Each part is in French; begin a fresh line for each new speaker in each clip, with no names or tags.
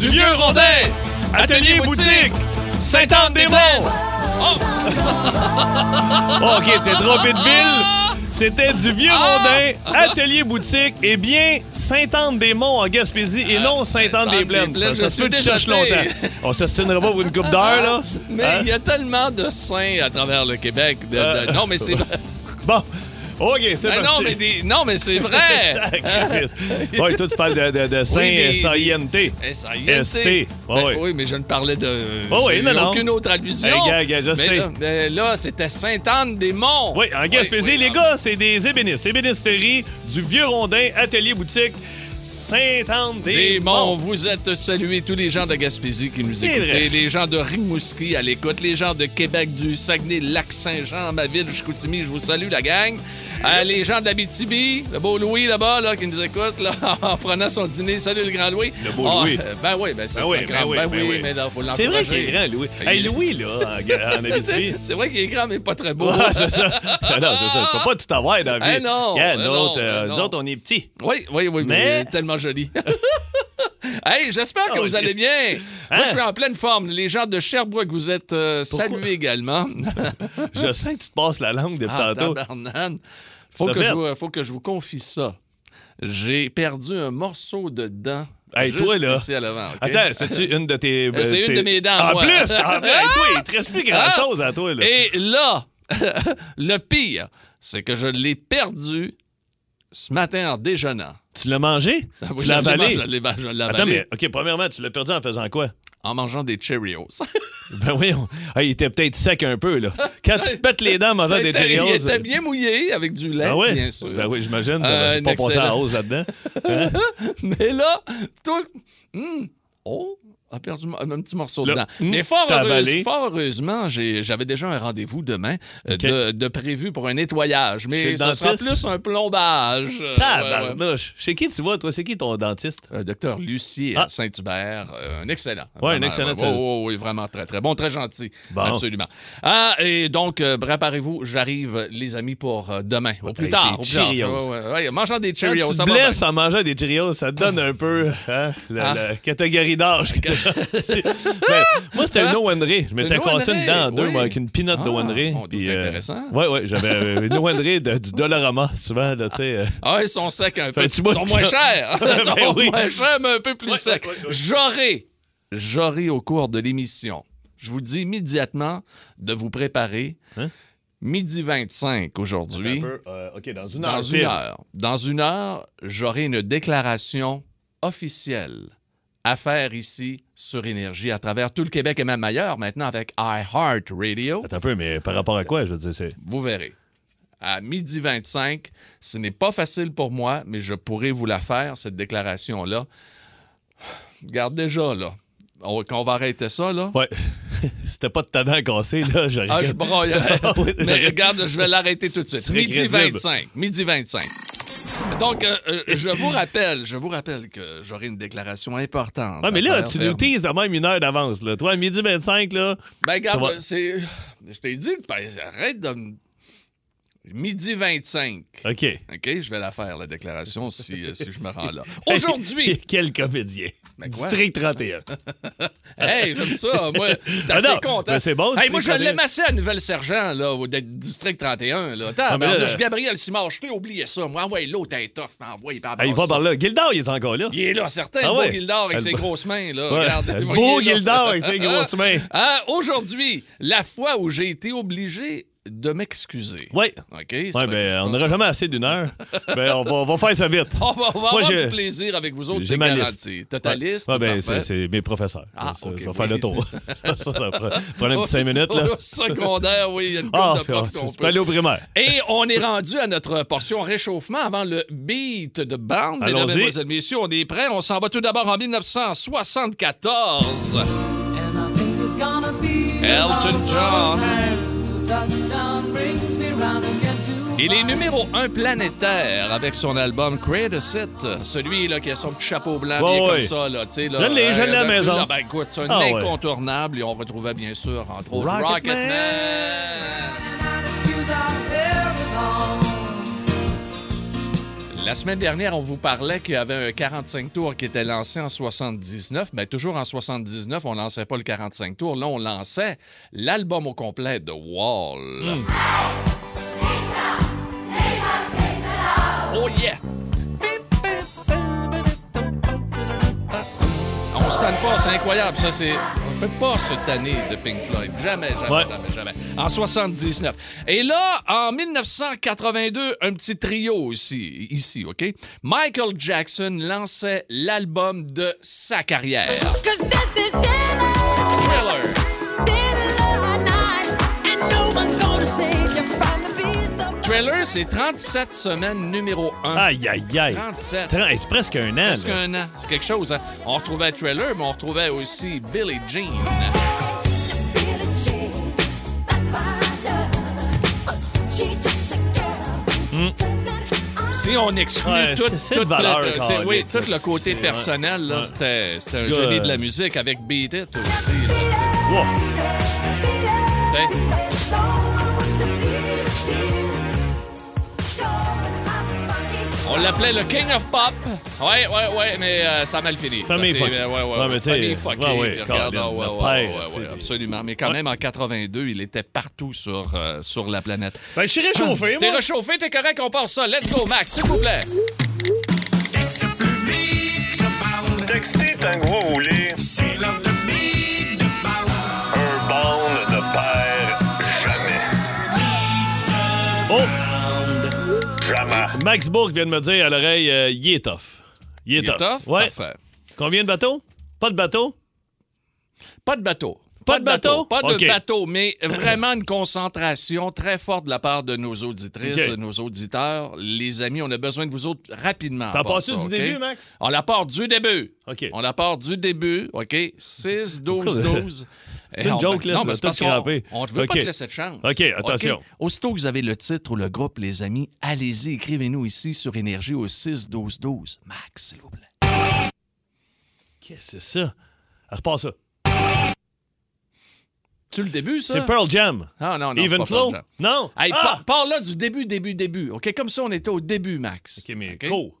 du Vieux Rondin, Atelier Boutique, Sainte-Anne-des-Monts.
Oh, OK, t'es trop vite ville. C'était du vieux
Ah!
rondin, atelier boutique, et bien Sainte-Anne-des-Monts en Gaspésie, et non Sainte-Anne-des-Plaines.
Sainte-Anne-des-Plaines,
Ça
Ah, je
se
suis
peut que tu cherches
désolé.
longtemps. On s'ostinera pas pour une coupe d'heure, là.
Mais
Hein?
il y a tellement de saints à travers le Québec. de- de-
Euh.
Non, mais c'est.
Bon, OK, c'est
Ah
parti.
non, mais des- non, mais c'est vrai.
Sacrifice. Ouais, toi, tu parles de, de, de euh,
des-
Saint-INT.
Eh, S.I.N.T..
ST.
Ben
Ouais, ouais.
oui, mais je ne parlais de.
Ouais, ouais,
j'ai
non, non.
Aucune autre allusion.
Hey, gars, gars, je
mais
sais.
Là, mais là, c'était Sainte-Anne-des-Monts.
Oui, en Gaspésie,
Oui, oui,
les
en-
gars, c'est des ébénistes. Ébénisterie du Vieux Rondin, Atelier Boutique,
Des monts,
Sainte-Anne-des-Monts.
vous êtes salués, tous les gens de Gaspésie qui nous
C'est
écoutent,
vrai.
les gens de Rimouski à l'écoute, les gens de Québec, du Saguenay, Lac-Saint-Jean, ma ville, Chicoutimi, je vous salue, la gang. Euh, les gens de l'Abitibi, le beau Louis là-bas, là, qui nous écoute, là, en prenant son dîner. Salut le grand Louis.
Le beau
Ah,
Louis.
euh, Ben oui, ben c'est
Ben
un
oui, ben
grand.
oui, ben oui.
mais là, faut l'encourager.
C'est vrai qu'il est grand, Louis. Hey, Louis, là, en, en Abitibi.
C'est vrai qu'il est grand, mais pas très beau.
Ouais, c'est ça. Ah Non, non, c'est ça. Tu peux pas tout avoir dans la vie.
Eh non,
Regarde,
eh
nous
non,
autres, euh,
eh
nous
non.
autres, on est petits.
Oui, oui, oui, mais,
Mais-
tellement joli. hey, j'espère que
Oh, Hein?
vous allez bien. Moi, je suis en pleine forme. Les gens de Sherbrooke, vous êtes euh, salués également.
Je sais que tu te passes la langue depuis
ah,
tantôt.
tabarnane. Faut
T'as
que, je,
fait?
vous- faut que je vous confie ça. J'ai perdu un morceau de dent.
Hey,
juste
toi, là.
ici à l'avant, OK?
Attends, c'est-tu une de tes.
Euh, c'est
tes-
une de mes dents,
En
moi.
plus, en plus, hey, toi, il te reste plus grand-chose à toi, là.
Et là, le pire, c'est que je l'ai perdu ce matin en déjeunant.
Tu l'as mangé?
Ah oui,
tu l'as
je l'ai
avalé?
mangé, Je l'ai je l'ai
Attends,
avalé
mais, OK, premièrement, tu l'as perdu en faisant quoi?
en mangeant des Cheerios.
Ben oui, on- hey, il était peut-être sec un peu, là. Quand tu te pètes les dents en mangeant
Il
des
était-
Cheerios...
Ben, Il était bien mouillé avec du lait,
hein. Ben oui,
bien sûr.
ben oui, j'imagine.
Euh,
t'aurais pas
un
passé à
excellent.
hausse là-dedans.
Mais là, toi, hmm, oh, a perdu un un petit morceau
Là,
dedans.
hmm,
Mais fort,
t'as
heureuse-
avalé.
fort heureusement, j'ai- j'avais déjà un rendez-vous demain euh,
OK.
de, de prévu pour un nettoyage.
Chez
Mais
le
ça sera
dentiste?
plus un plombage. Euh, ouais, ouais.
Tabarnouche! Chez qui tu vas, toi? C'est qui ton dentiste?
Euh, docteur Lucie à
Ah.
Saint-Hubert, euh, un excellent.
Ouais, un
Vraiment,
excellent.
ouais, ouais, ouais, vraiment très, très bon, très gentil.
Bon.
Absolument. Ah, et donc, euh, préparez-vous, j'arrive, les amis, pour euh, demain. Au plus
Hey,
tard.
des
au plus tard.
Cheerios.
Ouais, ouais, ouais. Mangeons des
Quand
Cheerios,
tu
ça
te
va bien.
blesses en mangeant des Cheerios, ça te donne un peu hein, la,
Ah.
la catégorie d'âge. que t'as. Ben, moi, c'était
Hein?
une Owenry. Je m'étais
une
cassé une
Owenry,
dent en deux,
oui.
moi, avec une pinotte
Ah,
de Owenry.
bon,
Puis,
donc, intéressant.
Oui, oui, j'avais euh, une Owenry de- du Dollarama, souvent, là, tu sais. euh.
Ah, ils sont secs un peu. Ils
Fais-tu moi
sont
de
moins
ça?
chers. Ils sont
Ben oui.
moins chers, mais un peu plus
Ouais,
secs.
ouais, ouais, ouais.
J'aurai, j'aurai au cours de l'émission, je vous dis immédiatement de vous préparer.
Hein?
Midi 25 aujourd'hui,
Un peu, euh, OK, dans une heure.
dans une
pile.
heure. Dans une heure, j'aurai une déclaration officielle à faire ici sur Énergie à travers tout le Québec et même ailleurs, maintenant avec iHeart Radio.
Attends un peu, mais par rapport à quoi, je veux dire, c'est...
Vous verrez. À midi 25, ce n'est pas facile pour moi, mais je pourrai vous la faire, cette déclaration-là. Regarde déjà, là. On, qu'on va arrêter ça, là.
Ouais. C'était pas de ta dent cassée, là. je
Ah, je
regarde.
broye.
oui,
mais
j'aurais-
regarde, je vais l'arrêter tout de suite.
Tu serais
Midi
crédible.
25. Midi 25. Donc, euh, euh, je vous rappelle, je vous rappelle que j'aurai une déclaration importante.
Ouais, mais là,
à
tu
faire.
nous teases de même une heure d'avance, là. Toi, à midi 25, là...
Ben, regarde,
Ça va-
c'est. Je t'ai dit, ben, arrête de. me- Midi 25.
OK.
OK, je vais la faire, la déclaration, si, euh, si je me rends là. Aujourd'hui!
Quel comédien.
Ben quoi?
District 31.
hey, j'aime ça, moi. T'es
Ah
assez
non,
content.
ben c'est bon,
Hey,
District
moi, je
31.
l'aime assez à Nouvelle-Sergent, là, au de- district 31, là. Attends,
Ah, mais là,
tabarnouche,
euh,
Gabriel Simard, je t'ai oublié ça. Moi, envoie l'autre, t'es tough, m'envoie, il parle
Ah, il va par là. Gildard, il est encore là.
Il est là, certain,
Ah
le beau
ouais.
Gildard avec
Ah,
ses
le beau-
grosses mains, là.
Ouais.
Regarde,
Le
vous
beau
voyez, là.
Gildard avec ses grosses mains.
Ah, Aujourd'hui, la fois où j'ai été obligé de m'excuser.
Oui.
OK? c'est
Ouais,
fait que je
ben, on
pense
n'aura jamais assez d'une heure. ben, on va, on va faire ça vite.
On va, on va
Moi,
avoir
j'ai-
du plaisir avec vous autres,
J'ai
c'est
ma liste.
garanti. Totaliste,
Ouais, ben,
parfait.
c'est, c'est mes professeurs.
Ah,
Ça,
ok,
je vais faire le
oui.
tour. ça, ça, ça prend, prenez un petit 5 minutes, là.
Oh, Au secondaire, oui, il y a une couple
Ah,
de profs qu'on
tu peux aller
peut.
au primaire.
Et on est rendu à notre portion réchauffement avant le beat de bande. Mesdames,
Allons-y.
Mesdemoiselles, messieurs, on est prêts. On s'en va tout d'abord en 1974.
And I think it's gonna be a
Elton
long, long
John.
time. Touchdown brings me round again to
Il est
my-
numéro un planétaire avec son album Create a Set. Celui là, qui a son petit chapeau blanc
Ouais,
bien
ouais.
comme ça. Là, tu sais, là,
Je l'ai, je l'ai à la
ben, tu
maison.
l'as, Ben, écoute, c'est un
Ah, ouais.
incontournable. Et on retrouvait bien sûr, entre autres,
Rocketman.
Rocketman.
Use our hair long.
La semaine dernière, on vous parlait qu'il y avait un 45 tours qui était lancé en 79. Mais toujours en 79, on lançait pas le 45 tours. Là, on lançait l'album au complet de Wall. Oh yeah! On se tanne pas, c'est incroyable. Ça, c'est... On peut pas se tanner de Pink Floyd. Jamais, jamais,
Ouais.
jamais, jamais. En 79. Et là, en 1982, un petit trio aussi, ici, OK? Michael Jackson lançait l'album de sa carrière. Thriller. Thriller, c'est 37 semaines numéro 1.
Aïe, aïe, aïe.
37.
Attends, C'est presque un an.
Presque
là.
un an. C'est quelque chose, hein? On retrouvait Thriller, mais on retrouvait aussi Billie Jean.
Mm.
Si on exclut
Ouais,
tout,
c'est- c'est
tout
de valeur,
le,
quand
c'est-
même,
oui,
tout
tout le
ce
côté
qui-
personnel, là,
ouais.
c'était c'était un
Petit gars,
génie
euh,
de la musique avec Beat It aussi. là, tu sais.
Wow.
Fait- On l'appelait le King of Pop. Ouais, ouais, ouais, mais euh, ça a mal fini.
Famille
ça, c'est- euh,
fuckée.
Ouais, ouais,
Ouais,
ouais.
mais tu sais, euh,
Famille fuckée,
ouais, ouais,
regarde,
Colin,
ah, ouais,
le
ouais,
père,
ouais,
c'est
ouais,
des-
absolument. Mais quand même, en 82, il était partout sur, euh, sur la planète.
Ben, je suis réchauffé,
T'es
moi.
réchauffé, t'es correct, on part ça. Let's go, Max, s'il vous plaît.
Texter tant que vous voulez. Un bond ne perd jamais.
Oh,
Jamais.
Max Bourg vient de me dire à l'oreille, euh, il est tough. Il est
Il est
tough.
tough?
Ouais.
Parfait.
Combien de bateaux? Pas de bateaux?
Pas de bateau.
Pas de bateau?
Pas de
OK.
bateau, mais vraiment une concentration très forte de la part de nos auditrices,
OK.
de nos auditeurs. Les amis, on a besoin de vous autres rapidement.
T'en
à part
passes-tu
ça,
du
OK?
début, Max?
On la part du début.
OK.
On la part du début, OK? 6, 12, 12.
C'est une joke, là,
Non,
tu
mais
vas
c'est
tout
parce qu'on
craper.
on ne veut pas
OK.
te laisser de chance.
OK, attention.
Aussitôt que vous avez le titre ou le groupe, les amis, allez-y, écrivez-nous ici sur Énergie au 6, 12, 12. Max, s'il vous plaît.
Qu'est-ce que c'est ça? Elle repart ça.
Tu le début, ça?
C'est Pearl Jam.
Ah non, non,
Even
c'est pas
Flow?
Pearl Jam.
Non.
Hey,
Ah!
par- parle là du début, début, début. OK, comme ça, on était au début, Max.
OK, mais
OK?
court.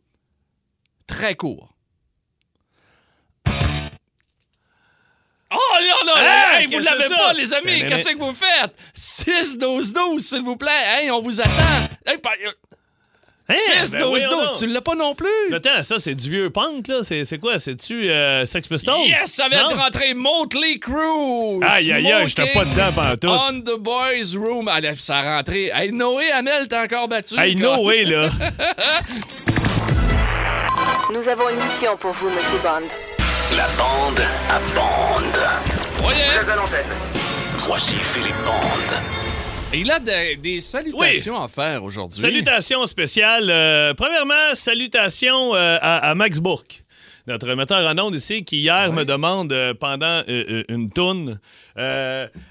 Très court. Oh, là, là!
Hey,
hey, vous
qu'est-ce
l'avez
que c'est
pas,
ça?
les
Mais,
amis!
mais,
Qu'est-ce
mais-
que vous faites? 6-12-12, s'il vous plaît. Hey, on vous attend. Hey, pa- euh,
Hein? Ben voyons
6-12-12,
donc.
tu l'as pas non plus?
Attends, ça, c'est du vieux punk, là. C'est c'est quoi? C'est-tu euh, Sex Pistols?
Yes, ça vient
Non?
de rentrer Motley Crue!
Aïe, aïe, aïe, j'étais pas
Smoking Oh
dedans pantoute.
On the Boys Room. Allez, puis ça a rentré. Hey, Noé Hamel, t'as encore battu.
Hey,
quoi.
no way, là.
Nous avons une mission pour vous, Monsieur Bond.
La bande à bande.
Voyez?
à l'antenne. Voici Philippe Bande.
Il a des, des salutations à faire aujourd'hui.
Salutations spéciales. Euh, premièrement, salutations euh, à, à Max Bourque. Notre metteur en ondes ici qui hier me demande euh, pendant euh, euh, une tourne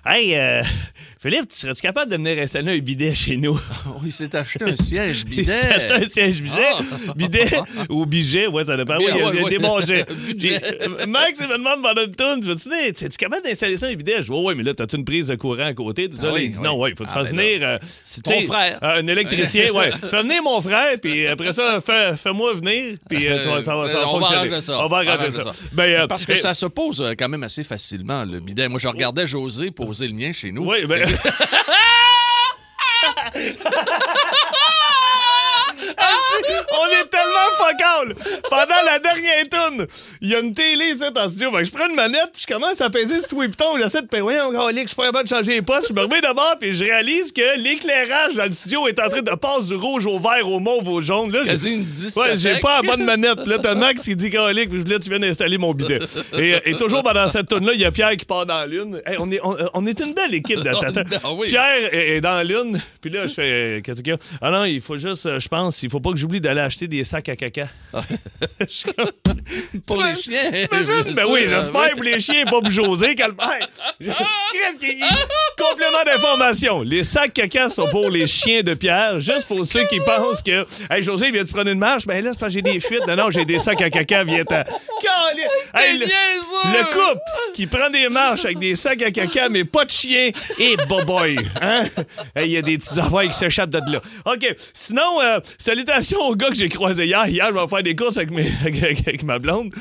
Hey euh, Philippe, tu serais-tu capable de venir installer un bidet chez nous?
Oh, il s'est acheté un siège bidet.
Il s'est acheté un siège bidet,
Ah.
bidet ou biget, ouais, ça dépend. Oui,
Bien,
il y a,
ouais,
il y a
ouais.
des bons jets.
Budget.
Puis, euh, Max, il me demande pendant une tourne, tu veux-tu venir? Es-tu capable d'installer ça un bidet? Je dis, ouais, mais là, t'as-tu une prise de courant à côté? Tout
Ah
ça, là,
oui,
il dit,
oui.
non, ouais, il faut que tu
Ah,
fasses
ben là.
venir euh, c'est-
Ton
tu sais,
frère.
euh, un électricien, ouais. Fais venir mon frère, puis après ça, fais- fais-moi venir, puis euh, tu vas- ça va, ça va
Euh, on va
fonctionner.
arranger ça.
On va arranger ça. Ben, euh,
Parce que
eh,
ça se pose euh, quand même assez facilement, le bidet. Moi, je regardais José poser le mien chez nous.
Oui, ben. On est tellement focal. Pendant la dernière tourne, il y a une télé ici en studio. Ben, je prends une manette, puis je commence à peser sur tous les boutons. J'essaie de payer. encore je suis pas capable de changer les postes. Je me remets d'abord, puis je réalise que l'éclairage dans le studio est en train de passer du rouge au vert, au mauve, au jaune. Là,
quasi
j'ai-
une discothèque.
Ouais, j'ai pas la bonne manette. Puis Là, t'as Max qui dit Calique, puis là, tu viens d'installer mon bidet. Et, euh, et toujours pendant cette tourne-là, il y a Pierre qui part dans la lune. Hey, on, est, on, euh, on est une belle équipe de tata.
Ah oui.
Pierre est, est dans la lune. Puis là, je fais euh, Qu'est-ce qu'il y a? Ah non, il faut juste, euh, je pense, il faut pas que j'oublie d'aller acheter des sacs à caca. Je suis comme,
Pour les chiens. euh,
Imagine, ben oui, j'espère pour les chiens, pas pour José, calvaire. Qu'est-ce qu'il- Complément d'information. Les sacs caca sont pour les chiens de Pierre, juste pour ceux qui pensent que, hey, José, viens-tu prendre une marche? Ben là, c'est parce que j'ai des fuites. Non, non, j'ai des sacs à caca, viens-t'en. Calais.
c'est
Hey, le-
niaiseux!
le couple qui prend des marches avec des sacs à caca, mais pas de chien et boboy. Hein? Hey, Il y a des petits affaires qui s'échappent de là. OK. Sinon, euh, salutations au gars que j'ai croisé hier. Hier, je vais faire des courses avec, mes- avec- avec ma blonde.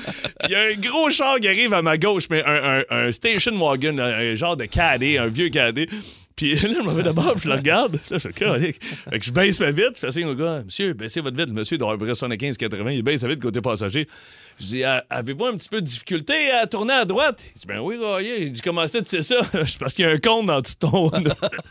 Il y a un gros char qui arrive à ma gauche, mais un, un- un station wagon, un, un genre de cadet, un vieux cadet. Puis là, je m'en vais d'abord, puis je le regarde. Là, je fais calique. Fait que je baisse ma vitre, je fais signe au gars, monsieur, baissez votre vitre. Le monsieur doit avoir 75-80, il baisse sa vitre côté passager. Je dis, Ah, avez-vous un petit peu de difficulté à tourner à droite? Il dit, ben oui, Royer. Il dit, comment ça, tu sais ça? Je dis, parce qu'il y a un con dans tout ton.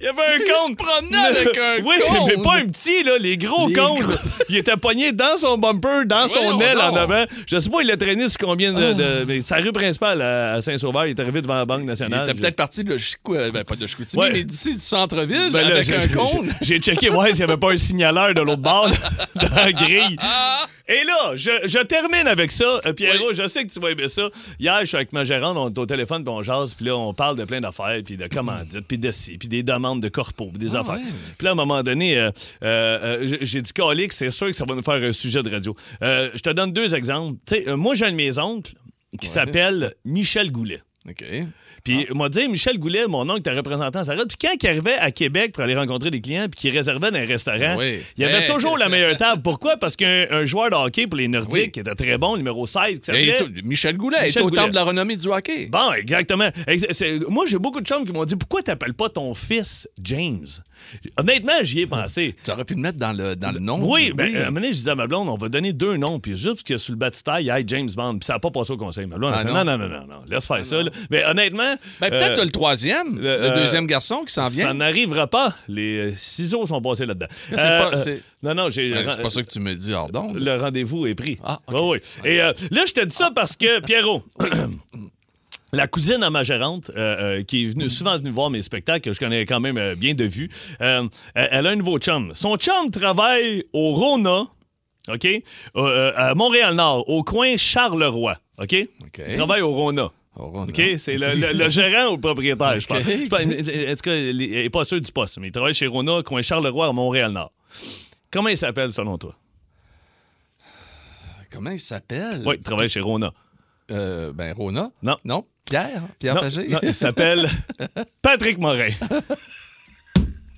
Il y avait un con.
se promenait avec un
Oui,
cône.
mais pas un petit, là, les gros
Les
cons.
gros-
Il était pogné dans son bumper, dans son
Voyons
aile en
donc. Ah.
avant. Je sais pas, il l'a traîné sur combien de. de- mais sa rue principale à à Saint-Sauveur, il est arrivé devant la Banque
Il
nationale.
était
Je-
peut-être parti de Chicoutimi, ben pas de Chicoutimi,
Ouais.
mais d'ici du centre-ville
Ben là,
avec
j'ai-
un
j'ai-
cône.
J'ai checké, ouais, s'il n'y avait pas un signaleur de l'autre bord là, dans la grille. Et là, je, je termine avec ça. Euh, Pierrot, je sais que tu vas aimer ça. Hier, je suis avec ma gérante, on est au téléphone, puis on jase, puis là, on parle de plein d'affaires, puis de
Mm-hmm.
commandites, puis de ci, puis des demandes de corpo, puis
Ah
des affaires. Puis là, à un moment donné, euh, euh, euh, j- j'ai dit, Calique, c'est sûr que ça va nous faire un sujet de radio. Euh, je te donne deux exemples. Tu sais, euh, moi, j'ai un de mes oncles qui s'appelle Michel Goulet.
OK.
Puis
Ah.
il m'a dit, Michel Goulet, mon oncle, était représentant à Sarah. Puis quand il arrivait à Québec pour aller rencontrer des clients, puis qu'il réservait dans un restaurant,
Oui. Ben.
il y avait
Hey.
toujours la meilleure table. Pourquoi? Parce qu'un un joueur de hockey pour les Nordiques,
Oui.
qui était très bon, numéro 16, qui
Et
s'appelait...
tout- Michel Goulet
Michel
est au
Goulet.
temple de la renommée du hockey.
Bon, exactement. Et c'est- c'est- Moi, j'ai beaucoup de chums qui m'ont dit, pourquoi t'appelles pas ton fils James? Honnêtement, j'y ai pensé.
Tu aurais pu le mettre dans le, dans le nom.
Oui,
du-
ben, à un moment donné, je disais à ma blonde, on va donner deux noms, puis juste parce que sur le baptistère, il y a James Bond, puis ça n'a pas passé au conseil. Ma blonde, a
Ah
fait, non.
non. Ah
non, non, non, non, laisse faire ça. là. Mais honnêtement.
Ben,
euh,
peut-être le troisième, le,
euh,
deuxième garçon qui s'en
Ça
vient.
n'arrivera pas. Les euh, ciseaux sont passés là-dedans. Euh,
Là, c'est pas- c'est-
non, non, j'ai.
Ben, C'est pas ça que tu me dis, Ardon.
Le rendez-vous est pris.
Ah, ok. Ah.
Oui, oui. Et euh, là, je te dis ça parce que, Pierrot, la cousine à ma gérante, euh, euh, qui est venue, souvent venue voir mes spectacles, que je connais quand même euh, bien de vue, euh, elle elle a un nouveau chum. Son chum travaille au Rona, OK, euh, euh, à Montréal-Nord, au coin Charleroi, OK?
OK.
Il travaille au Rona.
Au Rona.
OK, c'est le, le- le gérant ou le propriétaire, je pense.
OK.
Je pense- euh, En tout cas, il n'est pas sûr du poste, mais il travaille chez Rona, coin Charleroi, à Montréal-Nord. Comment il s'appelle, selon toi?
Ah, Comment il s'appelle?
Oui, il travaille chez Rona.
Euh, ben, Rona.
Non.
Non. Pierre. Pierre
Non,
Pagé.
non, il s'appelle Patrick Morin.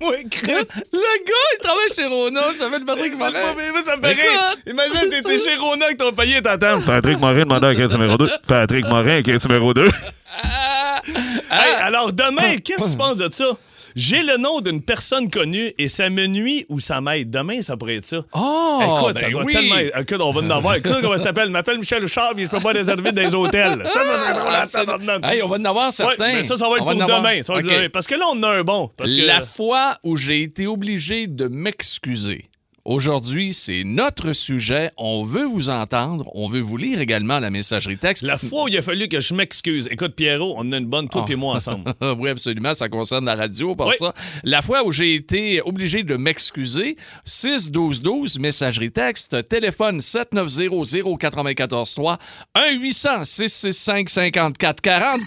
Oui, Chris.
Le gars, il travaille chez Rona. Ça s'appelle Patrick
Moi,
Morin.
moi, ça me fait rire.
Écoute.
Imagine, t'étais chez Rona avec ton panier et t'entends.
Patrick Morin demandait à quel numéro 2. Patrick Morin, quel numéro 2.
Ah.
Hey, alors demain, qu'est-ce que tu penses de ça? J'ai le nom d'une personne connue et ça me nuit ou ça m'aide. Demain, ça pourrait être ça.
Oh,
Écoute, ça
ben
doit
oui.
tellement. Écoute, on va en avoir. Écoute, comment ça s'appelle? M'appelle Michel Richard, mais je peux pas réserver dans les hôtels. Ça, ça serait drôle à
Absolument.
tabarnak.
Ah, Hey, on va en avoir
Ouais,
certains.
mais ça, ça va être
On va
pour
en avoir.
demain. ça va être
OK.
demain. Parce que là, on a un bon. Parce que...
La fois où j'ai été obligé de m'excuser. Aujourd'hui, c'est notre sujet. On veut vous entendre. On veut vous lire également la messagerie texte.
La fois où il a fallu que je m'excuse. Écoute, Pierrot, on a une bonne, toi
Oh.
et moi ensemble.
oui, absolument, ça concerne la radio par
Oui.
ça. La fois où j'ai été obligé de m'excuser, 6 12 12 messagerie texte, téléphone 7900 94 3 1 800 665 54 40.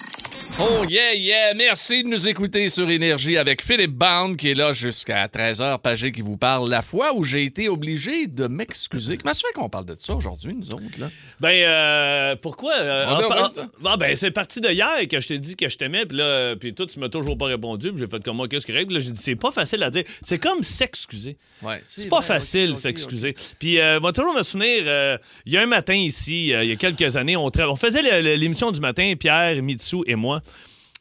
Oh yeah yeah, merci de nous écouter sur énergie avec Philippe Bound qui est là jusqu'à 13h Pagé qui vous parle la fois où j'ai été obligé de m'excuser. Comment ça fait qu'on parle de ça aujourd'hui nous autres là
Ben, euh, pourquoi? euh,
On
en
verra
par-
bien ça.
Ah, ben, c'est parti de hier que je t'ai dit que je t'aimais, puis là, euh, puis toi, tu m'as toujours pas répondu, puis j'ai fait comme moi, qu'est-ce que règle? Puis Là, j'ai dit, c'est pas facile à dire. C'est comme s'excuser.
Ouais,
C'est
c'est
pas
vrai,
facile
ok, ok,
s'excuser. Puis, euh, moi, toujours me souvenir, euh, il y a un matin ici, euh, il y a quelques années, on, tra- on faisait le- le- l'émission du matin, Pierre, Mitsu et moi.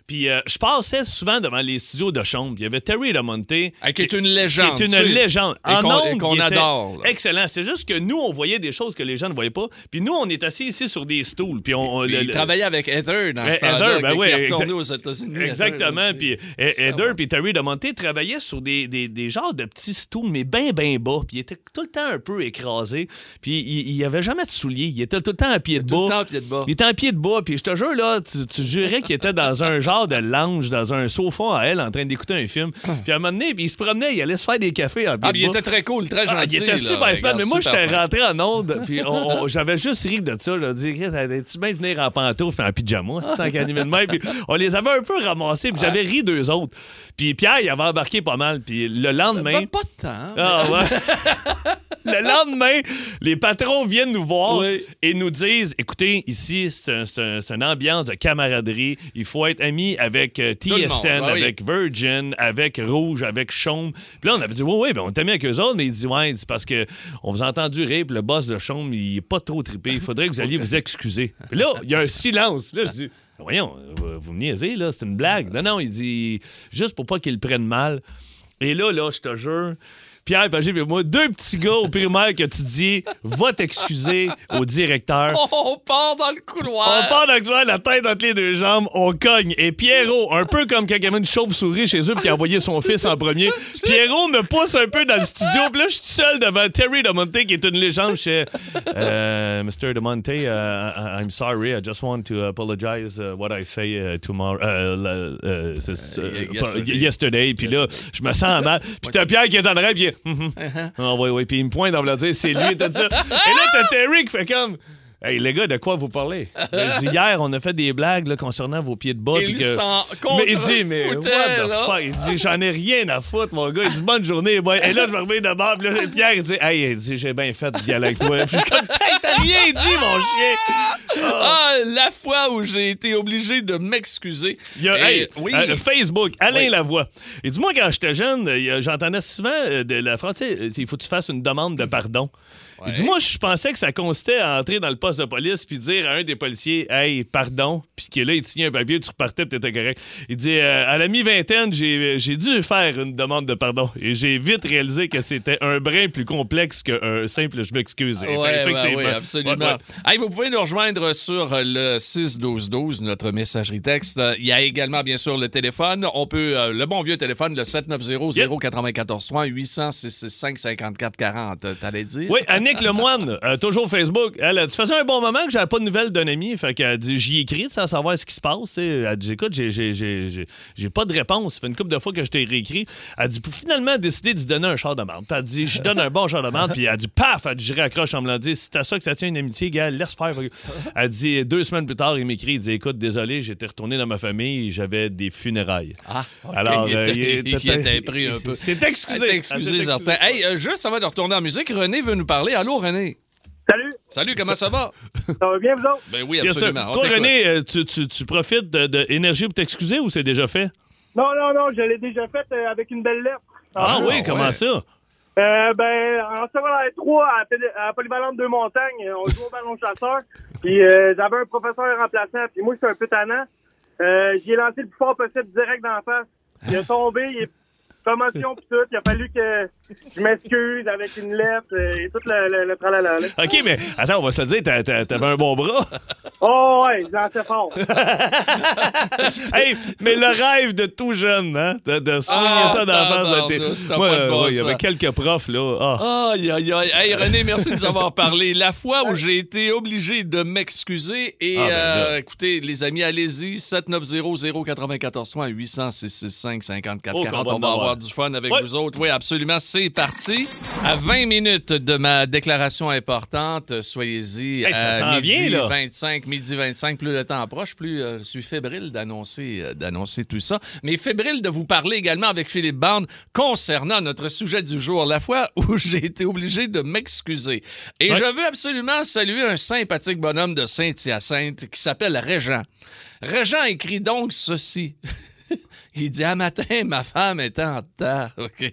Puis, euh, je passais souvent devant les studios de chambre. Il y avait Terry Lamonte.
Ah, qui est une légende,
Qui est une
tu sais.
légende.
Et
En
qu'on- et
ondes,
qu'on
il était
adore, là.
Excellent. C'est juste que nous, on voyait des choses que les gens ne voyaient pas. Puis nous, on est assis ici sur des stools. Puis on. on-
Puis
le-
il
le-
travaillait avec Heather dans
Eh,
ce temps-là,
Heather, ben
qui- qui
oui,
est retourné
exact-
aux États-Unis. Heather,
Exactement.
là,
Puis
c'est-
eh,
c'est
Heather
vraiment-
puis Terry Monté travaillaient sur des, des, des genres de petits stools, mais bien, bien bas. Puis ils étaient tout le temps un peu écrasés. Puis il n'y avait jamais de souliers. Il était tout le temps à pied de
Tout le temps
bas.
à pied de bas.
Il était en pied de bas, puis je te jure, là, tu, tu jurais qu'il était dans un genre genre de l'ange dans un sofa à elle en train d'écouter un film. Puis à un moment donné, puis il se promenait, il allait se faire des cafés à
Ah, mais il
Bilbao.
était très cool, très gentil.
Ah, il était
là.
super smart,
Regarde,
mais moi,
super
j'étais
fin.
rentré en onde, puis on- on- j'avais juste ri de ça. Je dis, tu bien venir en pantoufle, puis en pyjama, c'est tant qu'à animer de même. Puis on les avait un peu ramassés, puis j'avais ri deux autres. Puis Pierre, il avait embarqué pas mal, puis le lendemain.
Ben, pas de temps.
Ah ouais. Le lendemain, les patrons viennent nous voir
Oui.
et nous disent écoutez, ici, c'est un, c'est un- c'est une ambiance de camaraderie. Il faut être ami avec euh,
le monde,
TSN,
ah oui.
avec Virgin, avec Rouge, avec Chaume. Puis là, on avait dit oui, oui, ben, on est amis avec eux autres. Mais ils disent ouais, c'est parce que on vous a entendu rire. Puis le boss de Chaume, il est pas trop trippé. Il faudrait que vous alliez vous excuser. Puis là, il y a un silence. Là, je dis voyons, euh, vous me niaisez, là, c'est une blague. Non, non, il dit juste pour pas qu'ils le prennent mal. Et là, là, je te jure, Pierre Pagé et moi, deux petits gars au primaire que tu dis va t'excuser au directeur.
On part dans le couloir.
On part dans le couloir, la tête entre les deux jambes, on cogne. Et Pierrot, un peu comme quand il y avait une chauve-souris chez eux puis il a envoyé son fils en premier, Pierrot me pousse un peu dans le studio. Puis là, je suis seul devant Terry DeMonte, qui est une légende chez euh, Mr. DeMonte. euh, I- I'm sorry, I just want to apologize uh, what I say uh, tomorrow. euh, la- euh, c'est- c'est-
Euh,
pas-
yesterday.
yesterday. Puis là, je me sens mal. Puis t'as Pierre qui est en arrière, puis il est, Mhm. Ah oui, oui. Puis il me pointe en voulant dire c'est lui, tout ça. Et là, t'as Terry qui fait comme. Hey, les gars, de quoi vous parlez? Ben, je dis, hier, on a fait des blagues là, concernant vos pieds de bas.
Et
puis
lui
que-
s'en
mais il dit, mais what
contrefoutait,
the
là.
fuck? Il dit, j'en ai rien à foutre, mon gars. Il dit, bonne journée, boy. Et là, je me remets de bord. Puis là, Pierre, il dit, hey, il dit, j'ai bien fait de y aller avec toi. Puis je suis comme, hey, t'as rien dit, mon chien.
Ah, la fois où j'ai été obligé de m'excuser.
Il y a,
Et-
hey, euh, Facebook, Alain
Oui.
Lavoie. Et dis-moi, quand j'étais jeune, euh, il y a- j'entendais souvent euh, de la France, tu sais, euh, il faut que tu fasses une demande de pardon. Et dis-moi, je pensais que ça consistait à entrer dans le poste de police puis dire à un des policiers, hey, pardon, puis que là, il te signait un papier, tu repartais, puis t'étais correct. Il dit, euh, à la mi-vingtaine, j'ai j'ai dû faire une demande de pardon. Et j'ai vite réalisé que c'était un brin plus complexe qu'un simple je m'excuse.
Ouais,
Fait-
ouais,
effectivement.
oui, absolument.
Ouais, ouais.
Hey, vous pouvez nous rejoindre sur euh, le 6-12-12, notre messagerie texte. Euh, Il y a également, bien sûr, le téléphone. On peut, euh, le bon vieux téléphone, le 790-094-3, 800-665-5440, t'allais dire?
Oui, Annick Lemoine, euh, toujours Facebook. Elle, a dit, ça faisait un bon moment que j'avais pas de nouvelles d'un ami. Fait qu'elle dit, j'y ai écrit sans savoir ce qui se passe. tu sais. Elle dit, écoute, j'ai, j'ai, j'ai, j'ai- j'ai pas de réponse. Ça fait une couple de fois que je t'ai réécrit. Elle dit, pour finalement décider de se donner un char de merde. Puis elle dit, je donne un bon char de merde. Puis elle dit, paf, elle dit, je raccroche en me l'en dit, si t'as ça que ça tient une amitié, gars, laisse faire. Elle dit, deux semaines plus tard, il m'écrit, il dit, écoute, désolé, j'étais retourné dans ma famille, j'avais des funérailles.
Ah, ok,
Alors,
il
euh,
était,
il
il
était-
était pris un peu.
C'est excusé.
Ah,
Elle
Excusez,
s'est
certain. Hey, euh, juste avant de retourner en musique, René veut nous parler. Allô, René?
Salut,
Salut, comment ça va?
ça va bien, vous autres?
Ben oui,
Yes, sir.
absolument. On
Toi,
t'écoute.
René, euh, tu, tu- tu profites de, de énergie pour t'excuser ou c'est déjà fait?
Non, non, non, je l'ai déjà fait euh, avec une belle lettre.
Ah, oui,
ouais.
comment ça?
Euh, ben, en secondaire 3, à, Pédé- à Polyvalente de Montagne, euh, on jouait au ballon chasseur. Puis euh, j'avais un professeur remplaçant, puis moi, j'étais un peu tannant. Euh, J'ai lancé le plus fort possible direct dans la face. Il a tombé, il est commotion pis tout. Il a fallu que je m'excuse avec une lettre euh, et tout le, le, le tralala. là.
OK, mais attends, on va se le dire, t'as- t'as- t'avais un bon bras.
Oh ouais, j'en sais fort.
hey, mais le rêve de tout jeune, hein, de, de soigner
Ah,
ça dans la face de
tabarnouche,
tes-
t'as
Moi,
pas de
euh,
bon
ouais, il y avait
sens.
quelques profs, là. Ah.
Aïe, aïe, aïe. Hey, René, merci de nous avoir parlé. La fois où j'ai été obligé de m'excuser et
Ah, ben là.
euh, écoutez, les amis, allez-y. 790-094-3 800 665
Oh,
5440
qu'on va en
On va avoir
avoir.
du fun avec
Ouais.
vous autres. Oui, absolument. C'est parti. À 20 minutes de ma déclaration importante, soyez-y.
Hey, ça
à
s'en
Euh, midi
vient, là.
25, midi 25, plus le temps approche, plus euh, je suis fébrile d'annoncer euh, d'annoncer tout ça. Mais fébrile de vous parler également avec Philippe Bande concernant notre sujet du jour, la fois où j'ai été obligé de m'excuser. Et
Ouais.
je veux absolument saluer un sympathique bonhomme de Saint-Hyacinthe qui s'appelle Régent. Régent écrit donc ceci. Il dit, à matin, ma femme était en retard, OK?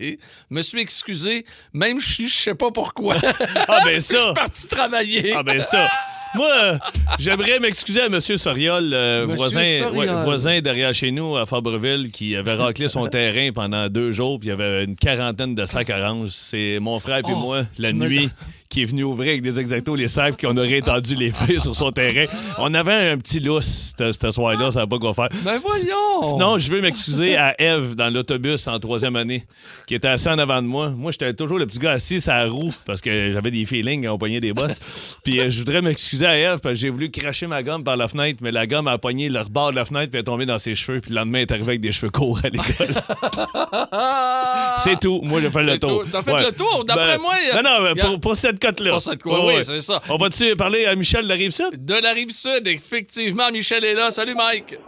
Me suis excusé, même si je sais pas pourquoi.
Ah, ben
je suis
ça!
parti travailler.
Ah, ben ça! Moi, euh, j'aimerais m'excuser à M. Soriol, euh,
Monsieur
voisin,
Soriol.
ouais, voisin derrière chez nous à Fabreville, qui avait raclé son terrain pendant deux jours, puis il y avait une quarantaine de sacs oranges. C'est mon frère puis
Oh,
moi, la
tu me
nuit, qui est venu ouvrir avec des exactos les sacs puis qu'on aurait étendu les feuilles sur son terrain. On avait un petit lousse ce ce soir-là, ça va pas quoi faire.
Ben voyons!
Sinon, je veux m'excuser à Eve dans l'autobus en troisième année, qui était assis en avant de moi. Moi, j'étais toujours le petit gars assis à la roue parce que j'avais des feelings, on pognait des bosses. Puis euh, je voudrais m'excuser à Eve parce que j'ai voulu cracher ma gomme par la fenêtre, mais la gomme a pogné le rebord de la fenêtre puis est tombée dans ses cheveux. Puis le lendemain, elle est arrivée avec des cheveux courts à l'école.
Ah!
C'est tout. Moi, j'ai fait
C'est
le tour.
tout. T'as fait le tour. D'après
Ben,
moi, il y a-
Ben non,
il y
mais
a-
pour, pour cette cote-là.
Pour cette cote, oui, c'est ça.
On va-tu parler à Michel de la Rive-Sud?
De la rive sud, effectivement, Michel est là. Salut Mike.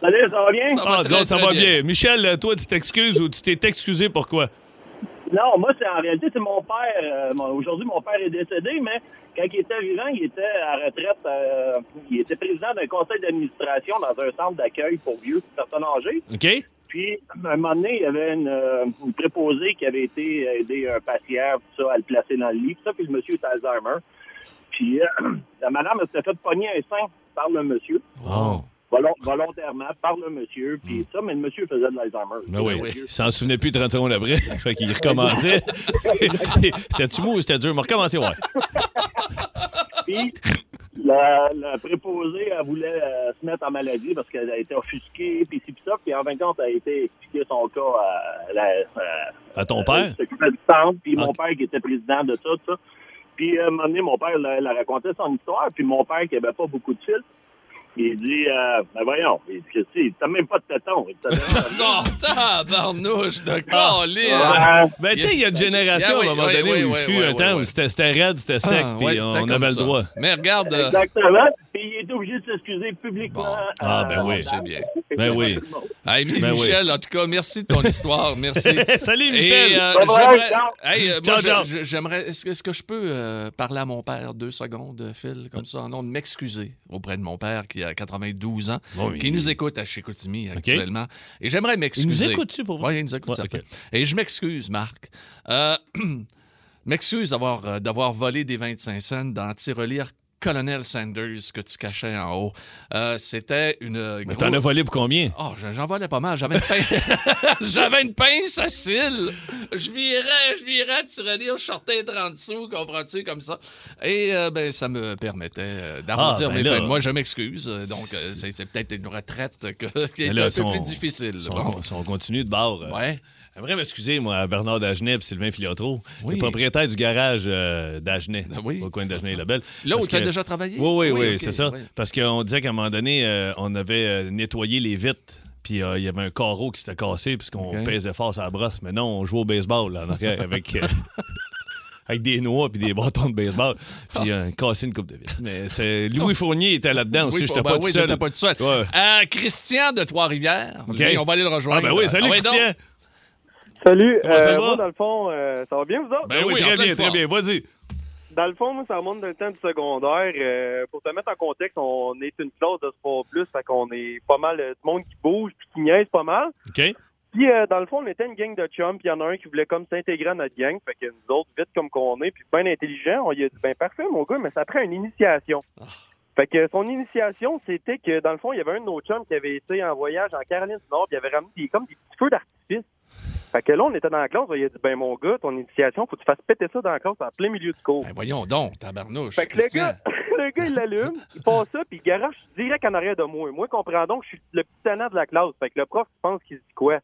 Salut, ça va bien?
Ça va
Ah,
très,
donc, ça
très
va bien. Michel, toi, tu t'excuses ou tu t'es excusé pourquoi?
Non, moi, c'est en réalité, c'est mon père. euh, mon- Aujourd'hui, mon père est décédé, mais quand il était vivant, il était à retraite. euh, il était président d'un conseil d'administration dans un centre d'accueil pour vieux et personnes âgées.
OK?
Puis, à un moment donné, il y avait une, euh, une préposée qui avait été aider un patient tout ça, à le placer dans le lit. tout ça, puis le monsieur est Alzheimer. Puis, euh, la madame elle s'était fait pogner un sein par le monsieur.
Ah
Volon- volontairement, par le monsieur. Puis ça, mais le monsieur faisait de l'Alzheimer.
Hmm. Ben oui.
oui.
Il s'en souvenait plus 30 secondes après. fait qu'il recommençait. C'était-tu mou ou c'était dur? Mais recommencer, ouais.
Puis, la, la préposée, elle voulait euh, se mettre en maladie parce qu'elle a été offusquée, puis ci, puis ça. Puis, en fin de compte, elle a été expliqué son cas à la. à-
À ton
euh,
père?
qui s'occupait du centre, puis mon
Ok.
père qui était président de ça, tout ça. Puis, euh, à un moment donné, mon père, elle, elle racontait son histoire, puis mon père, qui avait pas beaucoup de fils, il dit, euh, ben voyons, il dit, Christy, il t'a même pas de téton. Il t'a
Oh, tabarnouche
Ah.
de câlisse.
Ah,
Ben, tu sais, il y a une génération,
Yeah, oui, Ah,
à un moment
oui,
donné,
oui,
où il
oui,
fut
oui,
un
oui,
temps
oui.
où c'était c'était raide, c'était sec,
Ah,
puis
ouais, c'était
on
comme
avait le
ça.
droit.
Mais regarde, euh,
Exactement. Puis il est obligé de s'excuser publiquement.
Bon.
Ah, ben
euh,
oui.
c'est bien.
Ben oui.
Hey, mais
Ben oui.
Michel, en tout cas, merci de ton histoire. Merci.
Salut, Michel!
Et, euh,
Bye bye,
j'aimerais-
ciao.
Hey, euh,
Ciao,
moi, je-
ciao.
je- j'aimerais. Est-ce que, est-ce que je peux euh, parler à mon père deux secondes, euh, Phil, comme ça, en nom de m'excuser auprès de mon père qui a 92 ans,
Bon, mais-
qui nous écoute à Chicoutimi actuellement. Et j'aimerais
Oh Il
m'excuser.
nous écoute-tu pour vous?
Oui, il nous écoute,
Ouais,
certain.
ok.
Et je m'excuse, Marc. Euh, m'excuse d'avoir, euh, d'avoir volé des 25 cents dans la tirelire Colonel Sanders que tu cachais en haut. Euh, c'était une
Mais
grosse-
t'en as volé pour combien?
Oh, j'en- j'en volais pas mal. J'avais une pince. J'avais une pince à cils. Je virais, je virais, tu relire, je sortais 30 sous, comprends-tu, comme ça. Et euh, ben, ça me permettait euh, d'arrondir
Ah, ben
mes
là.
fins. de mois. je m'excuse. Euh, Donc, euh, c'est c'est peut-être une retraite que- qui est
Mais
un
là,
peu
si on-
plus difficile.
Si
Bon.
on, si on continue de bord. euh,
Ouais.
J'aimerais m'excuser, moi, à Bernard Dagenet et Sylvain Filiotro,
Oui.
le propriétaire du garage euh, Dagenet,
Ah oui.
au coin de Dagenet et Lebel.
Là où
Parce
tu as
que-
déjà travaillé?
Oui, oui, oui,
Oui, ok,
c'est ça.
oui.
Parce qu'on disait qu'à un moment donné, euh, on avait euh, nettoyé les vitres. Puis euh, il y avait un carreau qui s'était cassé puisqu'on
Ok.
pesait fort sur la brosse. Mais non, on jouait au baseball là, en arrière avec, euh, avec des noix puis des bâtons de baseball. Puis euh, cassé une coupe de vitre. Mais c'est- Louis Fournier était là-dedans aussi.
Ah. Oh. Oui,
J'étais
ben
pas,
oui,
tout
t'étais
seul.
pas tout seul.
Ouais.
Euh, Christian de Trois-Rivières.
Ok.
Lui, on va aller le
Ah,
rejoindre.
ben oui, salut
Ah ouais, donc.
Christian.
Salut,
Comment ça
euh,
va?
moi dans le fond, euh, ça va bien vous autres?
Ben
Ben
oui,
oui,
en
très
pleine
bien, très
forme.
bien. Vas-y.
Dans le fond, moi, ça remonte dans le temps du secondaire. Euh, pour te mettre en contexte, on est une classe de sport plus, fait qu'on est pas mal euh, du monde qui bouge puis qui niaise pas mal.
OK.
Puis euh, dans le fond, on était une gang de chums, puis il y en a un qui voulait comme s'intégrer à notre gang, fait que nous autres, vite comme qu'on est, puis bien intelligent, on lui a dit ben parfait mon gars, mais ça prend une initiation. Fait que son initiation, c'était que dans le fond, il y avait un de nos chums qui avait été en voyage en Caroline du Nord, puis il avait ramené des, comme des petits feux d'artifice. Fait que là, on était dans la classe, on lui a dit ben mon gars, ton initiation, faut que tu fasses péter ça dans la classe en plein milieu du cours.
Ben voyons donc, tabarnouche.
Fait que le
Christian.
gars, le gars, il l'allume, il passe ça, puis il garage direct en arrière de moi. Moi, comprends donc, je suis le petit talent de la classe. Fait que le prof, il pense qu'il se dit quoi?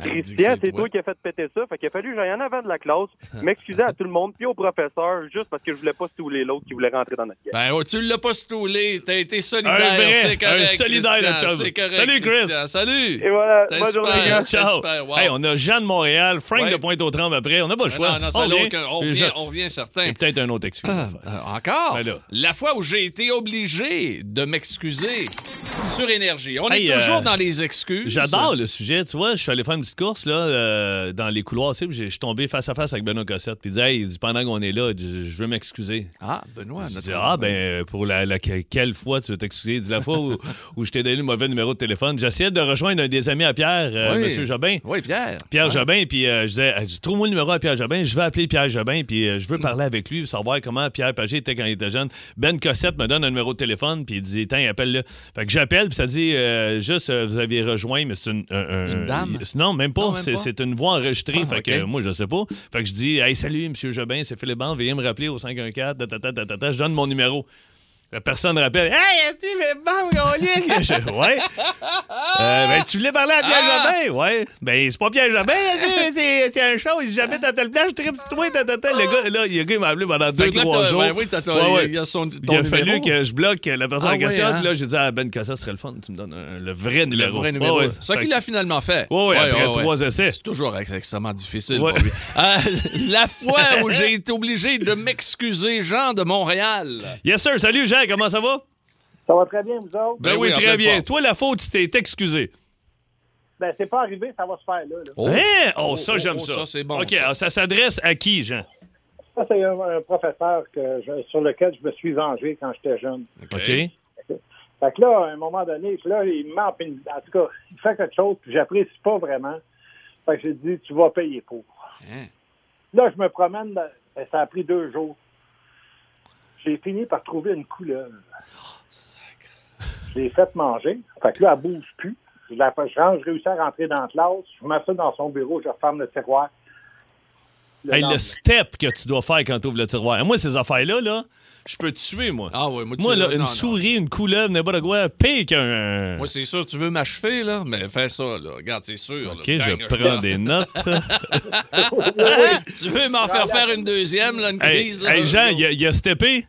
Ah, il dit que
Christian,
c'est Ah.
c'est toi qui as fait péter ça. Fait qu'il a fallu que j'aille en avant de la classe, m'excuser à tout le monde, puis au professeur, juste parce que je voulais pas stouler l'autre qui voulait rentrer dans notre gang.
Ben, oh, tu l'as pas stoulé. T'as été solidaire.
Un vrai,
c'est correct.
un solidaire,
Christian,
le chum.
C'est correct.
Salut, Chris.
Christian, Salut.
Et voilà,
T'es
bonne
super.
journée, gars.
C'est
Ciao.
super, wow.
Hey, on a Jean de Montréal, Frank
Ouais. Ben
de Pointe-aux-Trembles après. On n'a pas le choix.
Non, non, ça,
on
là,
revient.
aucun- on,
Et
revient,
je-
on revient certain.
Et peut-être un autre excuse.
Ah, euh, encore?
Ben là.
La fois où j'ai été obligé de m'excuser sur énergie. On
Hey,
est toujours
euh,
dans les excuses.
J'adore le sujet. Tu vois, je suis allé faire une petite course là, euh, dans les couloirs. tu sais, puis j'ai- Je suis tombé face à face avec Benoît Cossette. Puis il dit, Hey, il dit, pendant qu'on est là, je je veux m'excuser.
Ah, Benoît,
Je
notre.
dis, ah, ben, pour la, la- que- quelle fois tu veux t'excuser? Il dit, la fois où, où je t'ai donné le mauvais numéro de téléphone. J'essayais de rejoindre un des amis à Pierre, euh,
Oui.
Monsieur Jobin.
Oui, Pierre.
Pierre
Hein?
Jobin, puis euh, je disais, euh, je dis, trouve-moi le numéro à Pierre Jobin, je vais appeler Pierre Jobin, puis euh, je
Mm.
veux parler avec lui, savoir comment Pierre Pagé était quand il était jeune. Ben Cossette me donne un numéro de téléphone, puis il dit, tiens, appelle-le. Fait que j'appelle, puis ça dit euh, juste, euh, vous avez rejoint, mais c'est une. euh, euh,
Une dame?
y- Non, même pas.
Non, même
c'est,
pas.
c'est une voix enregistrée.
Ah,
fait que
ok.
euh, moi, je sais pas. Fait que je dis, hey, salut, monsieur Jobin, c'est Philippe Band, veuillez me rappeler au 514. ta, ta, ta, ta, ta, ta. Je donne mon numéro. La personne rappelle, hey, est-ce que Philippe Band, Gagné? Je- Ouais. Euh, ben, tu voulais parler à Pierre
Ah!
Jobin? Ouais. Ben, c'est pas Pierre Jobin, c'est, c'est- c'est un show. Il dit, j'habite à telle plage, tripe toi, ta, ta, ta. Le gars, là, le gars, il m'a appelé pendant deux,
Fait Ah! que là,
trois
t'as-
jours.
ben oui, t'as- t'as-
Ouais, ouais.
il y a son ton
Il a
numéro.
fallu que je bloque la personne
Ah
en question.
ouais, hein?
Puis là, j'ai dit à Ben Cossa, ce serait le fun. Tu me donnes un- le vrai
Le
numéro.
vrai numéro.
Ouais, ouais.
C'est ça
Fait
qu'il a finalement fait.
Ouais, ouais, après
ouais.
trois essais.
C'est toujours extrêmement difficile
Ouais.
pour lui. Euh, la fois où j'ai été obligé de m'excuser, Jean de Montréal.
Yes, sir. Salut, Jean. Comment ça va?
Ça va très bien, vous autres?
Ben
Ben, oui,
oui, en
très
pleine
bien.
forme.
Toi, la faute, tu t'es excusé.
Ben, c'est pas arrivé, ça va se faire, là. là.
Oh.
Hein? Oh, ça,
oh,
j'aime
oh,
ça.
ça, c'est bon,
OK,
ça.
alors, ça s'adresse à qui, Jean?
Ça, c'est un, un professeur que je- sur lequel je me suis vengé quand j'étais jeune.
OK.
OK.
Fait que là, à un moment donné, là, il me manque une- En tout cas, il fait quelque chose que j'apprécie pas vraiment. Fait que j'ai dit, tu vas payer pour.
Hein?
Là, je me promène. dans- ben, Ça a pris deux jours. J'ai fini par trouver une couleuvre.
Oh,
Je l'ai faite manger. Fait que là, elle bouge plus. Je la je range, je réussis à rentrer dans la classe. Je mets ça dans son bureau, je referme le tiroir. Le
Hey,
lendemain.
le step que tu dois faire quand tu ouvres le tiroir. Moi, ces affaires-là, là, je peux te tuer, moi.
Ah ouais, moi, tu-
moi, là,
non,
une
non.
souris, une couleuvre, n'importe quoi, pire qu'un...
Moi, c'est sûr, tu veux m'achever, là? Mais fais ça, là. Regarde, c'est sûr.
OK, je prends des notes.
Tu veux m'en faire faire une deuxième, là, une
Hey,
crise? là?
hey, Jean, il a, il a steppé.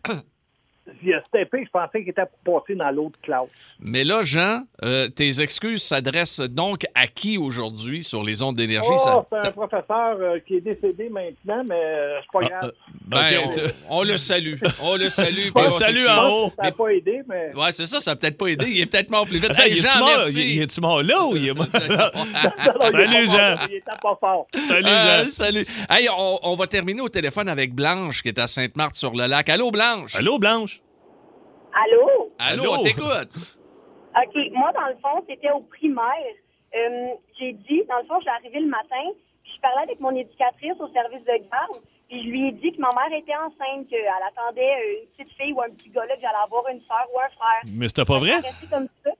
Il a steppé, je pensais qu'il était pour passer dans l'autre classe.
Mais là, Jean, euh, tes excuses s'adressent donc à qui aujourd'hui sur les ondes d'énergie?
Oh,
ça-
c'est un professeur euh, qui est décédé maintenant, mais euh, c'est pas grave.
Ben,
OK.
on, on le salue. On le salue. puis
On le
on
salue
s'excuse.
en haut.
Ça n'a pas aidé, mais
Ouais, c'est ça, ça a peut-être pas aidé. Il est peut-être mort plus vite. Hey,
Hey, il est-tu
Jean,
mort?
merci.
Il- il est-tu mort là ou il est mort?
Non, il
Salut,
était pas
Jean.
fort, il était pas fort.
Salut,
Euh,
Jean.
salut. Hey, on, on va terminer au téléphone avec Blanche qui est à Sainte-Marthe-sur-le-Lac. Allô, Blanche?
Allô, Blanche?
Allô?
Allô,
Allô?
on t'écoute.
OK. Moi, dans le fond, c'était au primaire. Euh, j'ai dit, dans le fond, j'ai arrivé le matin, puis je parlais avec mon éducatrice au service de garde, puis je lui ai dit que ma mère était enceinte, qu'elle attendait euh, une petite fille ou un petit gars là, que j'allais avoir une soeur ou un frère.
Mais c'était pas vrai?
Ça a resté comme ça.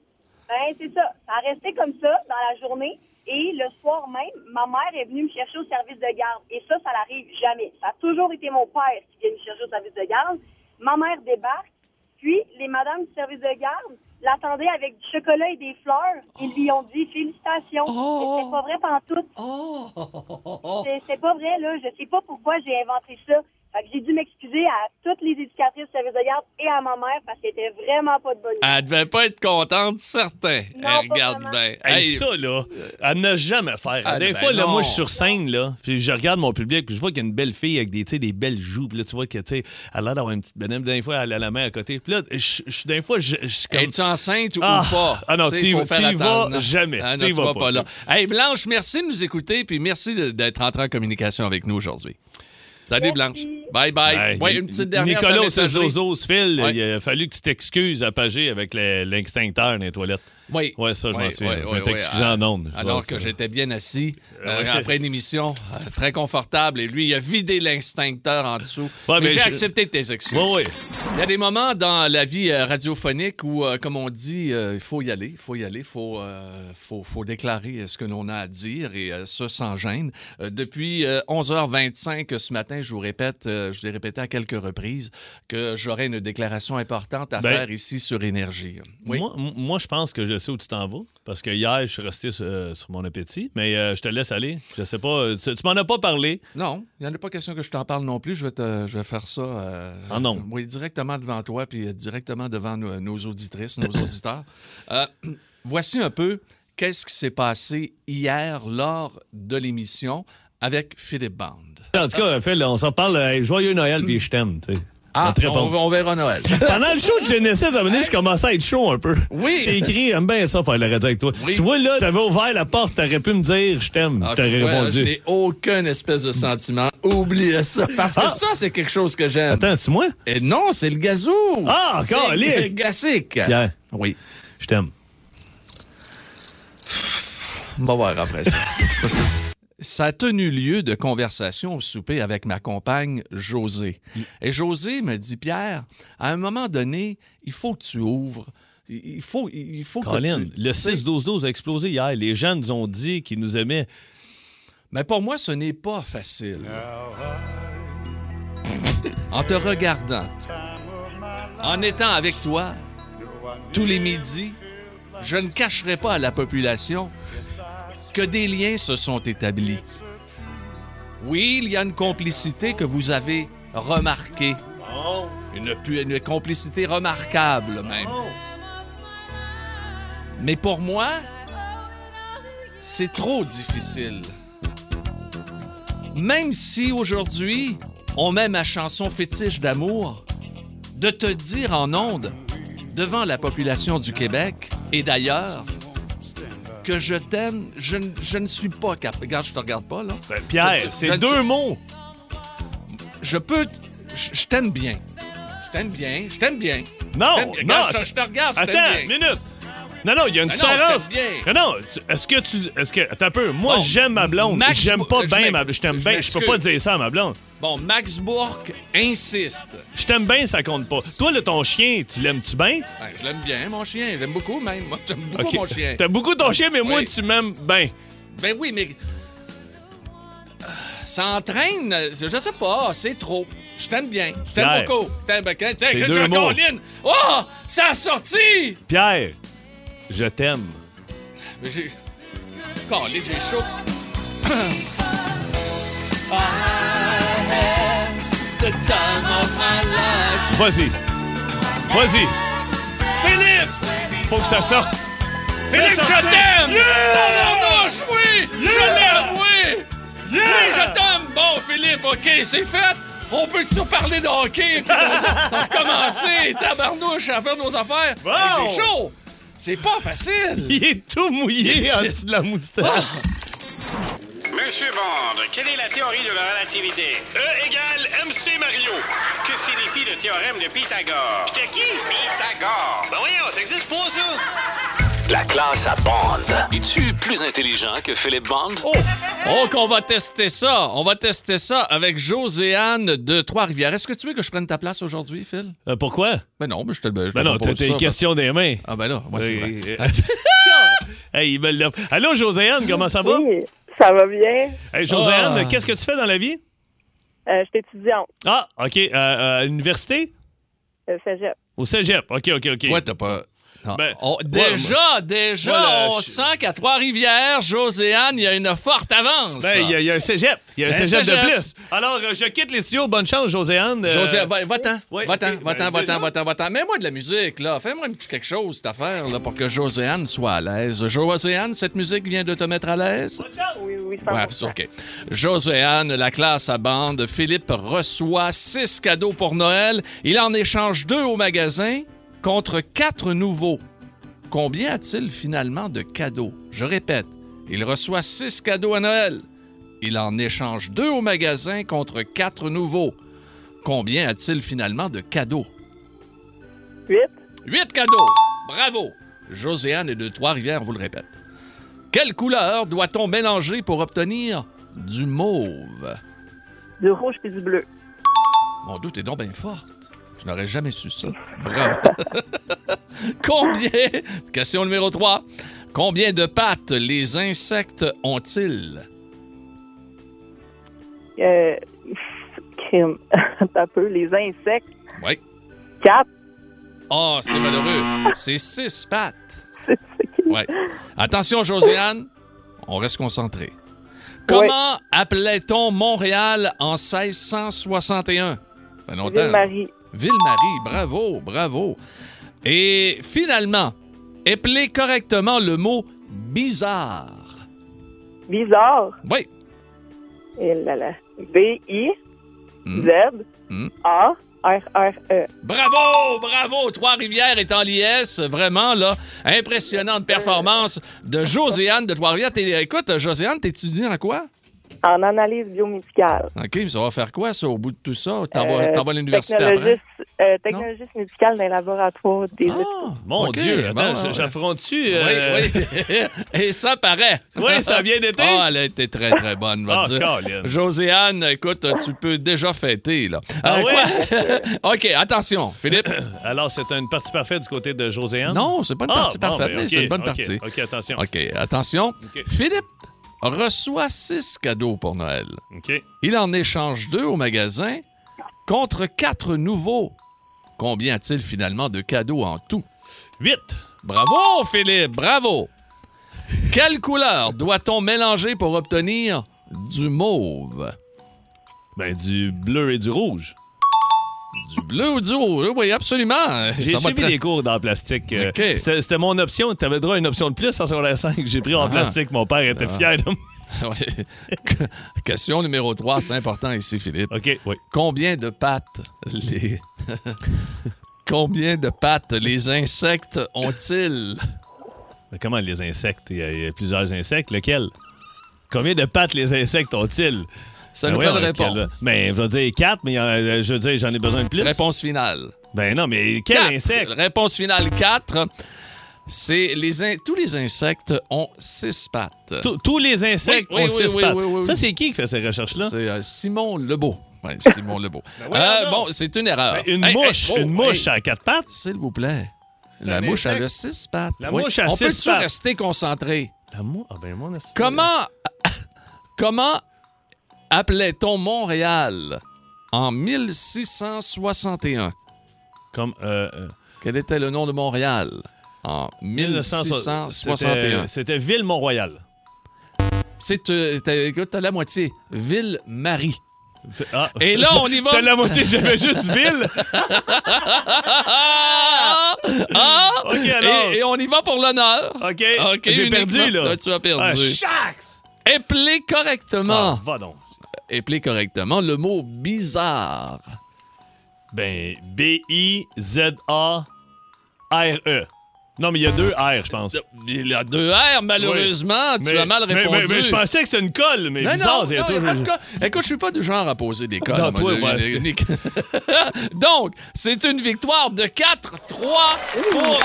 Ben, c'est ça. Ça a resté comme ça dans la journée. Et le soir même, ma mère est venue me chercher au service de garde. Et ça, ça n'arrive jamais. Ça a toujours été mon père qui vient me chercher au service de garde. Ma mère débarque. Puis, les madames du service de garde l'attendaient avec du chocolat et des fleurs. Ils lui ont dit félicitations. Mais C'était pas vrai pantoute. C'est- C'est pas vrai, là. Je sais pas pourquoi j'ai inventé ça. Fait que j'ai dû m'excuser à toutes les éducatrices du service de garde et à ma mère parce qu'elle était vraiment pas de bonne humeur.
Elle devait pas être contente, certain.
Non,
Elle
pas
regarde
vraiment.
bien.
Hey,
Hey,
ça, là, elle n'a jamais faire.
Ah,
des
ben
fois, là,
non.
moi, je suis sur scène, là, puis je regarde mon public, puis je vois qu'il y a une belle fille avec des, tu sais, des belles joues, puis là, tu vois que, tu sais, elle a l'air d'avoir une petite banane, des fois, elle a la main à côté. Puis là, je, je- des fois, je, je suis comme...
Es-tu enceinte ou
Ah,
pas?
ah non,
Tu sais,
tu y-
faut
tu
faire
y vas
attendre.
jamais.
Ah non,
Tu y
tu
vas
vas
pas.
pas là. Hey, Blanche, merci de nous écouter puis merci de- d'être entrée en communication avec nous aujourd'hui. Salut, Blanche. Bye bye.
Hey,
Ouais, une petite dernière sur la
Ben, Nicolas, c'est
messagerie.
Zozo, Phil,
Ouais.
il a fallu que tu t'excuses à Pagé avec le- l'extincteur dans les toilettes.
Oui.
Ouais, ça, je m'en souviens. Je m'étais excusé
Ah,
en ondes. Je
Alors
vois
que
ça.
j'étais bien assis euh, après une émission euh, très confortable et lui, il a vidé l'instincteur en dessous.
Ouais,
mais
mais
j'ai
je-
accepté tes excuses.
Oui, oui.
Il y a des moments dans la vie euh, radiophonique où, euh, comme on dit, euh, il faut y aller, il faut y aller, il faut, euh, faut, faut déclarer euh, ce que l'on a à dire et euh, ça sans gêne. Euh, depuis euh, 11h25 ce matin, je vous répète, euh, je l'ai répété à quelques reprises, que j'aurai une déclaration importante à
Ben-
faire ici sur Énergie. Oui.
Moi, m- moi, je pense que je sais où tu t'en vas. Parce que hier, je suis resté sur, euh, sur mon appétit. Mais euh, je te laisse aller. Je sais pas. euh, Tu, tu m'en as pas parlé.
Non, il n'y en a pas question que je t'en parle non plus. Je vais, te- je vais faire ça. euh,
En ondes.
Oui, directement devant toi, puis euh, directement devant nos, nos auditrices, nos auditeurs. Euh, voici un peu qu'est-ce qui s'est passé hier lors de l'émission avec Philippe Band.
En tout cas, Phil, on s'en parle. euh, joyeux Noël, puis je t'aime. tu sais.
Ah,
On te répond.
on, on verra Noël.
Pendant le show de Genesis, à un moment donné, je commençais à être chaud un peu.
Oui.
T'as écrit, j'aime bien ça, faire la radio avec toi.
Oui.
Tu vois, là, t'avais ouvert la porte, t'aurais pu me dire, je t'aime.
Ah, tu
je t'aurais
vois, je
répondu.
n'ai aucun espèce de sentiment. Oublie ça. Parce que
Ah.
ça, c'est quelque chose que j'aime.
Attends, c'est moi?
Et non, c'est le gazou.
Ah,
C'est
calique.
le gassique.
Pierre,
Oui.
je t'aime.
On va voir après ça. Ça a tenu lieu de conversation au souper avec ma compagne José. Et José me dit Pierre, à un moment donné, il faut que tu ouvres il il faut, il faut que
Colin,
tu-
le 6-12-12 a explosé hier. Les gens nous ont dit qu'ils nous aimaient.
Mais pour moi, ce n'est pas facile. En te regardant, en étant avec toi tous les midis, je ne cacherai pas à la population que des liens se sont établis. Oui, il y a une complicité que vous avez remarquée. Une, pu- une complicité remarquable même. Mais pour moi, c'est trop difficile. Même si aujourd'hui, on met ma chanson fétiche d'amour, de te dire en ondes, devant la population du Québec et d'ailleurs, que je t'aime, je, ne- je ne suis pas capable. Regarde, je te regarde pas, là. Je
Pierre,
ne- je
c'est
ne-
deux mots.
Je peux. t- Je, je t'aime bien. Je t'aime bien. Je t'aime bien.
Non,
Je t'aime bien.
non.
Regarde, je, te- je te regarde, je
Oh, Attends,
t'aime Ah, bien.
minute. Non, non, il y a une
Ah non,
différence.
je t'aime
Non, non, tu- est-ce que tu. Est-ce que. Attends un peu. Moi,
Bon,
j'aime ma blonde.
Max-
J'aime pas
je
bien
m'ex-
ma Je t'aime
je
bien. Je peux
m'excuse.
pas dire ça à ma blonde.
Bon, Max Bourque insiste.
Je t'aime bien, ça compte pas. Toi, là, ton chien, tu l'aimes-tu bien?
Ben, je l'aime bien, mon chien. J'aime beaucoup, même. Moi, j'aime beaucoup
Ok.
mon chien. Ah,
T'as beaucoup ton chien, mais moi,
Oui.
tu m'aimes bien.
Ben oui, mais. Euh, Ça entraîne, euh, je sais pas, c'est trop. Je t'aime bien. Je
Pierre.
t'aime beaucoup. Je t'aime bien. Tiens,
C'est
que
deux
tu
mots.
colline. Oh, ça a sorti!
Pierre, je t'aime.
Mais j'ai. Colline, j'ai chaud. I had the time of my life.
Vas-y. Vas-y. Philippe! Faut que ça sorte.
Philippe, je
sortir.
t'aime!
Yeah!
Dans mon douche, oui! Je
Yeah!
l'aime, oui! Oui, je t'aime! Bon, Philippe, OK, c'est fait! On peut-tu parler de hockey? Puis on va recommencer, tabarnouche, à faire nos affaires?
Bon!
Hey, c'est chaud! C'est pas facile!
Il est tout mouillé en dessous de la moustache.
Ah!
Monsieur Bond, quelle est la théorie de la relativité? E égale MC Mario. Que signifie le théorème de Pythagore? De qui? Pythagore. Ben voyons, ça existe pas, ça?
La classe à bande. Es-tu plus intelligent que Philippe Bond?
Donc, on va tester ça. On va tester ça avec Joséanne de Trois-Rivières. Est-ce que tu veux que je prenne ta place aujourd'hui, Phil?
Euh, pourquoi?
Ben non, mais je te le
Ben non, t'as
t'es
une question des mains.
Ah ben là, moi, c'est vrai.
Euh, euh, hey, il me l'a- Allô, Joséanne, comment ça va?
Oui, ça va bien.
Hey, Joséanne,
Ah.
qu'est-ce que tu fais dans la vie?
Euh, je suis étudiante,
Ah, OK. euh, euh, à l'université?
euh, cégep.
Au cégep. OK, OK, OK.
Toi, t'as pas. Non.
Ben,
On-
ouais,
déjà, déjà,
Voilà,
on
je-
sent qu'à Trois-Rivières, Joséanne, il y a une forte avance.
Ben, il y, a- il y a un cégep. Il y a un,
Un
cégep,
cégep.
de plus. Alors, euh, je quitte les studios. Bonne chance, Joséanne. Euh,
José, va- va-t'en,
ouais,
va-t'en,
ok,
va-t'en,
ben,
va-t'en,
déjà.
va-t'en, va-t'en. Mets-moi de la musique, là. Fais-moi un petit quelque chose, cette affaire, là, pour que Joséanne soit à l'aise. Joséanne, cette musique vient de te mettre à l'aise?
Oui, oui, ça
Ouais, c'est OK. Joséanne, la classe à bande. Philippe reçoit six cadeaux pour Noël. Il en échange deux au magasin contre quatre nouveaux. Combien a-t-il finalement de cadeaux? Je répète, il reçoit six cadeaux à Noël. Il en échange deux au magasin contre quatre nouveaux. Combien a-t-il finalement de cadeaux?
Huit.
Huit cadeaux! Bravo! Joséanne est de Trois-Rivières, on vous le répète. Quelle couleur doit-on mélanger pour obtenir du mauve?
Du rouge puis du bleu.
Mon doute est donc bien forte. Je n'aurais jamais su ça. Bravo. Combien? Question numéro 3. Combien de pattes les insectes ont-ils?
Euh, crime. un peu, les insectes.
Oui.
Quatre.
Ah, c'est malheureux. C'est six pattes. Ouais. Attention, Josiane, on reste concentré. Comment appelait-on Montréal en 1661? Ça fait longtemps. là.
Ville-Marie.
Ville-Marie, bravo, bravo. Et finalement, épeler correctement le mot bizarre.
Bizarre.
Oui,
Et là là. B-I.
Hmm.
Z.
Hmm.
A. E. R-R-E.
Bravo, bravo, Trois-Rivières est en liesse. Vraiment, là, impressionnante performance de Josiane de Trois-Rivières. T'es- Écoute, Josiane, t'étudies en quoi?
en analyse biomédicale.
OK, mais ça va faire quoi, ça, au bout de tout ça? T'en vas-
Euh,
t'en vas à l'université après?
technologiste- euh, technologiste médical d'un laboratoire des hôpitaux.
Mon
Ah, Ok,
Dieu,
bon,
attends,
ouais,
j-
ouais.
j'affronte-tu? euh,
Oui, oui. Et ça paraît.
Oui, ça a bien été.
Ah, elle a été très, très bonne, on va
Ah,
dire.
Colin.
Joséanne, écoute, tu peux déjà fêter, là.
Ah
Euh,
oui?
quoi? OK, attention, Philippe.
Alors, c'est une partie parfaite du côté de Joséanne?
Non, c'est pas une
Ah,
partie
bon,
parfaite,
ben,
mais
ok,
c'est une bonne
ok,
partie.
OK, attention.
OK, attention.
OK.
Philippe reçoit six cadeaux pour Noël.
OK.
Il en échange deux au magasin contre quatre nouveaux. Combien a-t-il finalement de cadeaux en tout?
Huit.
Bravo, Philippe, bravo. Quelle couleur doit-on mélanger pour obtenir du mauve?
Ben, du bleu et du rouge.
Du bleu ou du rouge? Oui, absolument.
J'ai
Ça va
suivi
très-
des cours dans le plastique. euh,
OK.
C'était c'était mon option. Tu avais droit à une option de plus en secondaire 5. J'ai pris en
Ah.
plastique. Mon père était
Ah.
fier de moi.
Ouais. Que- Question numéro 3, c'est important ici, Philippe.
OK, oui.
Combien de pattes les... Combien de pattes les insectes ont-ils?
Mais Comment les insectes? Il y a- il y, a plusieurs insectes. Lequel? Combien de pattes les insectes ont-ils?
Ça
Ben
nous
voyons,
prend une
lequel,
réponse.
là? Ben, je vais dire quatre, mais il y en a- euh, je veux dire, j'en ai besoin de plus.
Réponse finale.
Ben non, mais quel
Quatre.
insecte?
Réponse finale 4. C'est les in- tous les insectes ont six pattes.
Tous- Tous les insectes
Oui, oui,
ont
oui,
six
oui,
pattes.
oui, oui, oui.
Ça, c'est qui qui fait ces recherches-là?
C'est euh, Simon Lebeau. Ouais, Simon Lebeau.
Ben voyons
Euh,
donc.
bon, c'est une erreur.
Ben, Une
Hey, hey,
mouche,
oh,
une mouche
hey,
à quatre pattes.
S'il vous plaît. La
un
mouche
insecte.
a six pattes.
La mouche a
On
six
peut-tu
pattes.
rester concentré?
La mou- ah ben, mon esti-
Comment, comment appelait-on Montréal en 1661?
Comme, euh, euh,
Quel était le nom de Montréal en 1661?
C'était- euh, C'était Ville Mont-Royal.
C'est, euh, t'as- écoute, t'as la moitié. Ville-Marie.
Ah.
Et là, on y va.
T'as la moitié, j'avais juste Ville.
Ah! Ah!
OK, alors.
Et, et on y va pour l'honneur.
OK.
OK,
J'ai perdu,
uniquement-
là.
tu as
Ah,
perdu.
chax!
Épeler correctement.
Ah, va donc.
Épeler correctement le mot bizarre.
Ben, B-I-Z-A-R-E. E. Non, mais il y a deux R, je pense.
Il a deux R, malheureusement. Tu
Mais-
as mal
mais-
répondu.
Mais, mais je pensais que c'était une colle, mais
Non,
bizarre.
non,
c'est-
non,
toi,
y a pas de
je-
cas. Écoute, je suis pas du genre à poser des codes.
Non,
à
toi,
moi,
ouais.
de- Nick. Donc, c'est une victoire de 4-3 pour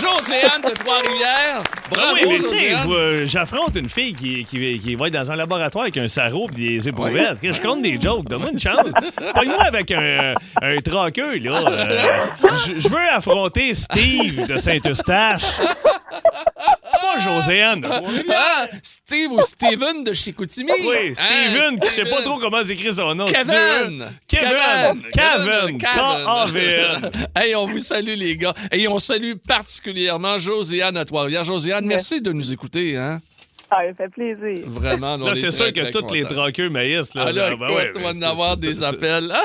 Joséanne de Trois-Rivières.
Ah
Bravo,
oui, mais tu sais,
Joséanne.
vous, euh, j'affronte une fille qui, qui, qui va être dans un laboratoire avec un sarrau et des éprouvettes. Je compte des jokes, donne-moi une chance. Pogne-moi avec un, un traqueux, là. Euh, je- Je veux affronter Steve de Saint-Eustache. Pas Joséanne.
Ah, Steve ou Steven de Chicoutimi.
Ah Oui, Steven, qui sait pas
Hein, Steven.
trop comment écrire son nom.
Kevin!
Kevin! Kevin! K-A-V-N!
Hey, on vous salue, les gars. Et on salue particulièrement Josiane à Trois-Rivières. Josiane, merci de nous écouter, hein?
Ah, ça fait plaisir.
Vraiment, on
Là,
est
c'est
très,
sûr que
très
tous les
contents.
traqueux maïs, là.
Ah là,
ben
écoute,
ouais,
on va en
mais-
avoir des appels.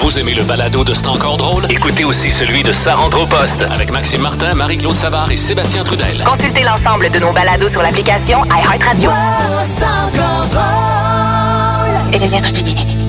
Vous aimez le balado de C'est encore drôle? Écoutez aussi celui de Sa rentre au poste avec Maxime Martin, Marie-Claude Savard et Sébastien Trudel.
Consultez l'ensemble de nos balados sur l'application iHeartRadio.
c'est encore drôle.
Énergie.